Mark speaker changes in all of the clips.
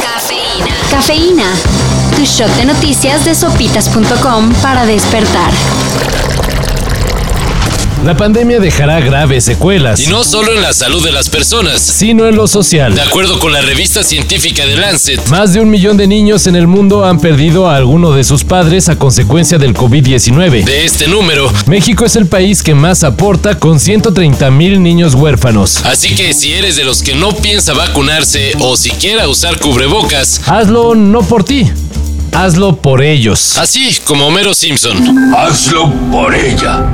Speaker 1: Cafeína. Cafeína. Tu shot de noticias de sopitas.com para despertar.
Speaker 2: La pandemia dejará graves secuelas,
Speaker 3: Y no solo en la salud de las personas.
Speaker 2: sino en lo social.
Speaker 3: De acuerdo con la revista científica de Lancet,
Speaker 2: Más de un millón de niños en el mundo han perdido a alguno de sus padres a consecuencia del COVID-19.
Speaker 3: de este número.
Speaker 2: México es el país que más aporta con 130 mil niños huérfanos.
Speaker 3: Así que si eres de los que no piensa vacunarse o siquiera usar cubrebocas,
Speaker 2: Hazlo no por ti, hazlo por ellos.
Speaker 3: así como Homero Simpson.
Speaker 4: Hazlo por ella.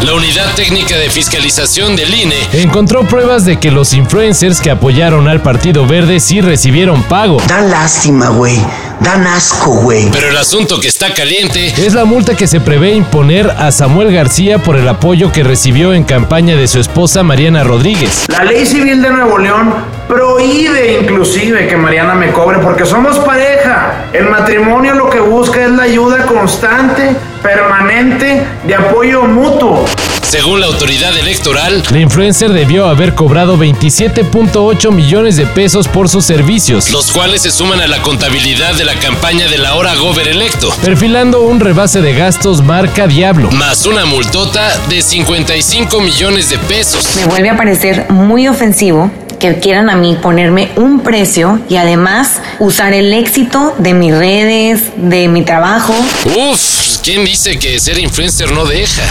Speaker 3: La Unidad Técnica de Fiscalización del E INE
Speaker 2: Encontró pruebas de que los influencers que apoyaron al Partido Verde sí recibieron pago.
Speaker 5: Dan lástima, güey. Dan asco, güey.
Speaker 3: Pero el asunto que está caliente
Speaker 2: Es la multa que se prevé imponer a Samuel García por el apoyo que recibió en campaña de su esposa Mariana Rodríguez.
Speaker 6: La ley civil de Nuevo León prohíbe inclusive que Mariana me cobre porque somos pareja. El matrimonio lo que busca es la ayuda constante, permanente, de apoyo mutuo.
Speaker 3: Según la autoridad electoral,
Speaker 2: La influencer debió haber cobrado 27.8 millones de pesos por sus servicios,
Speaker 3: los cuales se suman a la contabilidad de la campaña del ahora gober electo,
Speaker 2: perfilando un rebase de gastos marca Diablo.
Speaker 3: más una multota de 55 millones de pesos.
Speaker 7: Me vuelve a parecer muy ofensivo que quieran a mí ponerme un precio y además usar el éxito de mis redes, de mi trabajo.
Speaker 3: Uf, ¿quién dice que ser influencer no deja?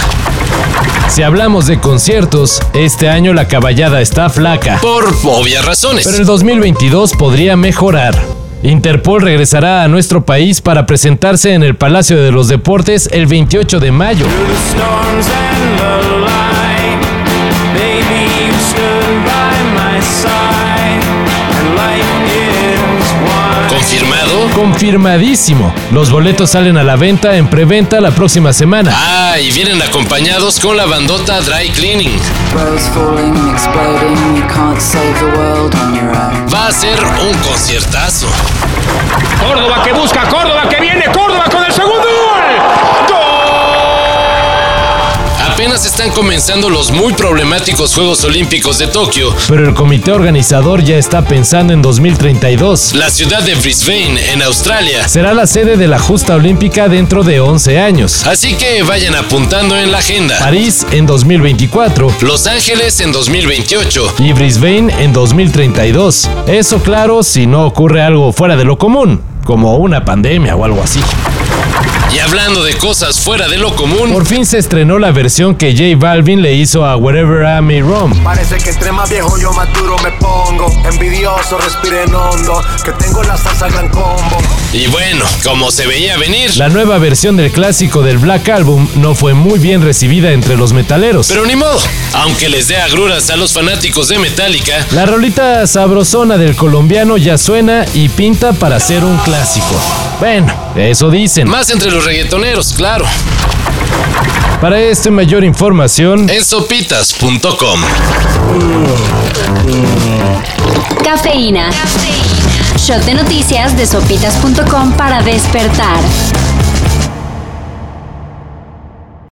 Speaker 2: Si hablamos de conciertos, este año la caballada está flaca,
Speaker 3: Por obvias razones.
Speaker 2: pero el 2022 podría mejorar. Interpol regresará a nuestro país para presentarse en el Palacio de los Deportes el 28 de mayo.
Speaker 3: ¿Confirmado?
Speaker 2: Confirmadísimo. Los boletos salen a la venta en preventa la próxima semana.
Speaker 3: Ah, y vienen acompañados con la bandota Dry Cleaning.
Speaker 8: World's falling, exploding. You can't save the world on your own.
Speaker 3: Va a ser un conciertazo.
Speaker 9: Córdoba que busca, Córdoba que viene, Córdoba con el segundo gol.
Speaker 3: Apenas están comenzando los muy problemáticos Juegos Olímpicos de Tokio.
Speaker 2: Pero el comité organizador ya está pensando en 2032.
Speaker 3: La ciudad de Brisbane, en Australia.
Speaker 2: Será la sede de la justa olímpica dentro de 11 años.
Speaker 3: Así que vayan apuntando en la agenda.
Speaker 2: París en 2024
Speaker 3: Los Ángeles en 2028.
Speaker 2: y Brisbane en 2032. Eso claro si no ocurre algo fuera de lo común, como una pandemia o algo así.
Speaker 3: Y hablando de cosas fuera de lo común,
Speaker 2: Por fin se estrenó la versión que J Balvin le hizo a Wherever I May Roam.
Speaker 4: Parece que entre más viejo yo más duro me pongo. Envidioso, respiren hondo. Que tengo la salsa gran combo.
Speaker 3: y bueno, como se veía venir,
Speaker 2: La nueva versión del clásico del Black Album no fue muy bien recibida entre los metaleros.
Speaker 3: Pero ni modo, aunque les dé agruras a los fanáticos de Metallica,
Speaker 2: La rolita sabrosona del colombiano ya suena y pinta para ser un clásico. Bueno, eso dicen.
Speaker 3: más entre los reggaetoneros, claro,
Speaker 2: Para esto y mayor información,
Speaker 3: en sopitas.com.
Speaker 1: Cafeína. Shot de noticias de sopitas.com para despertar.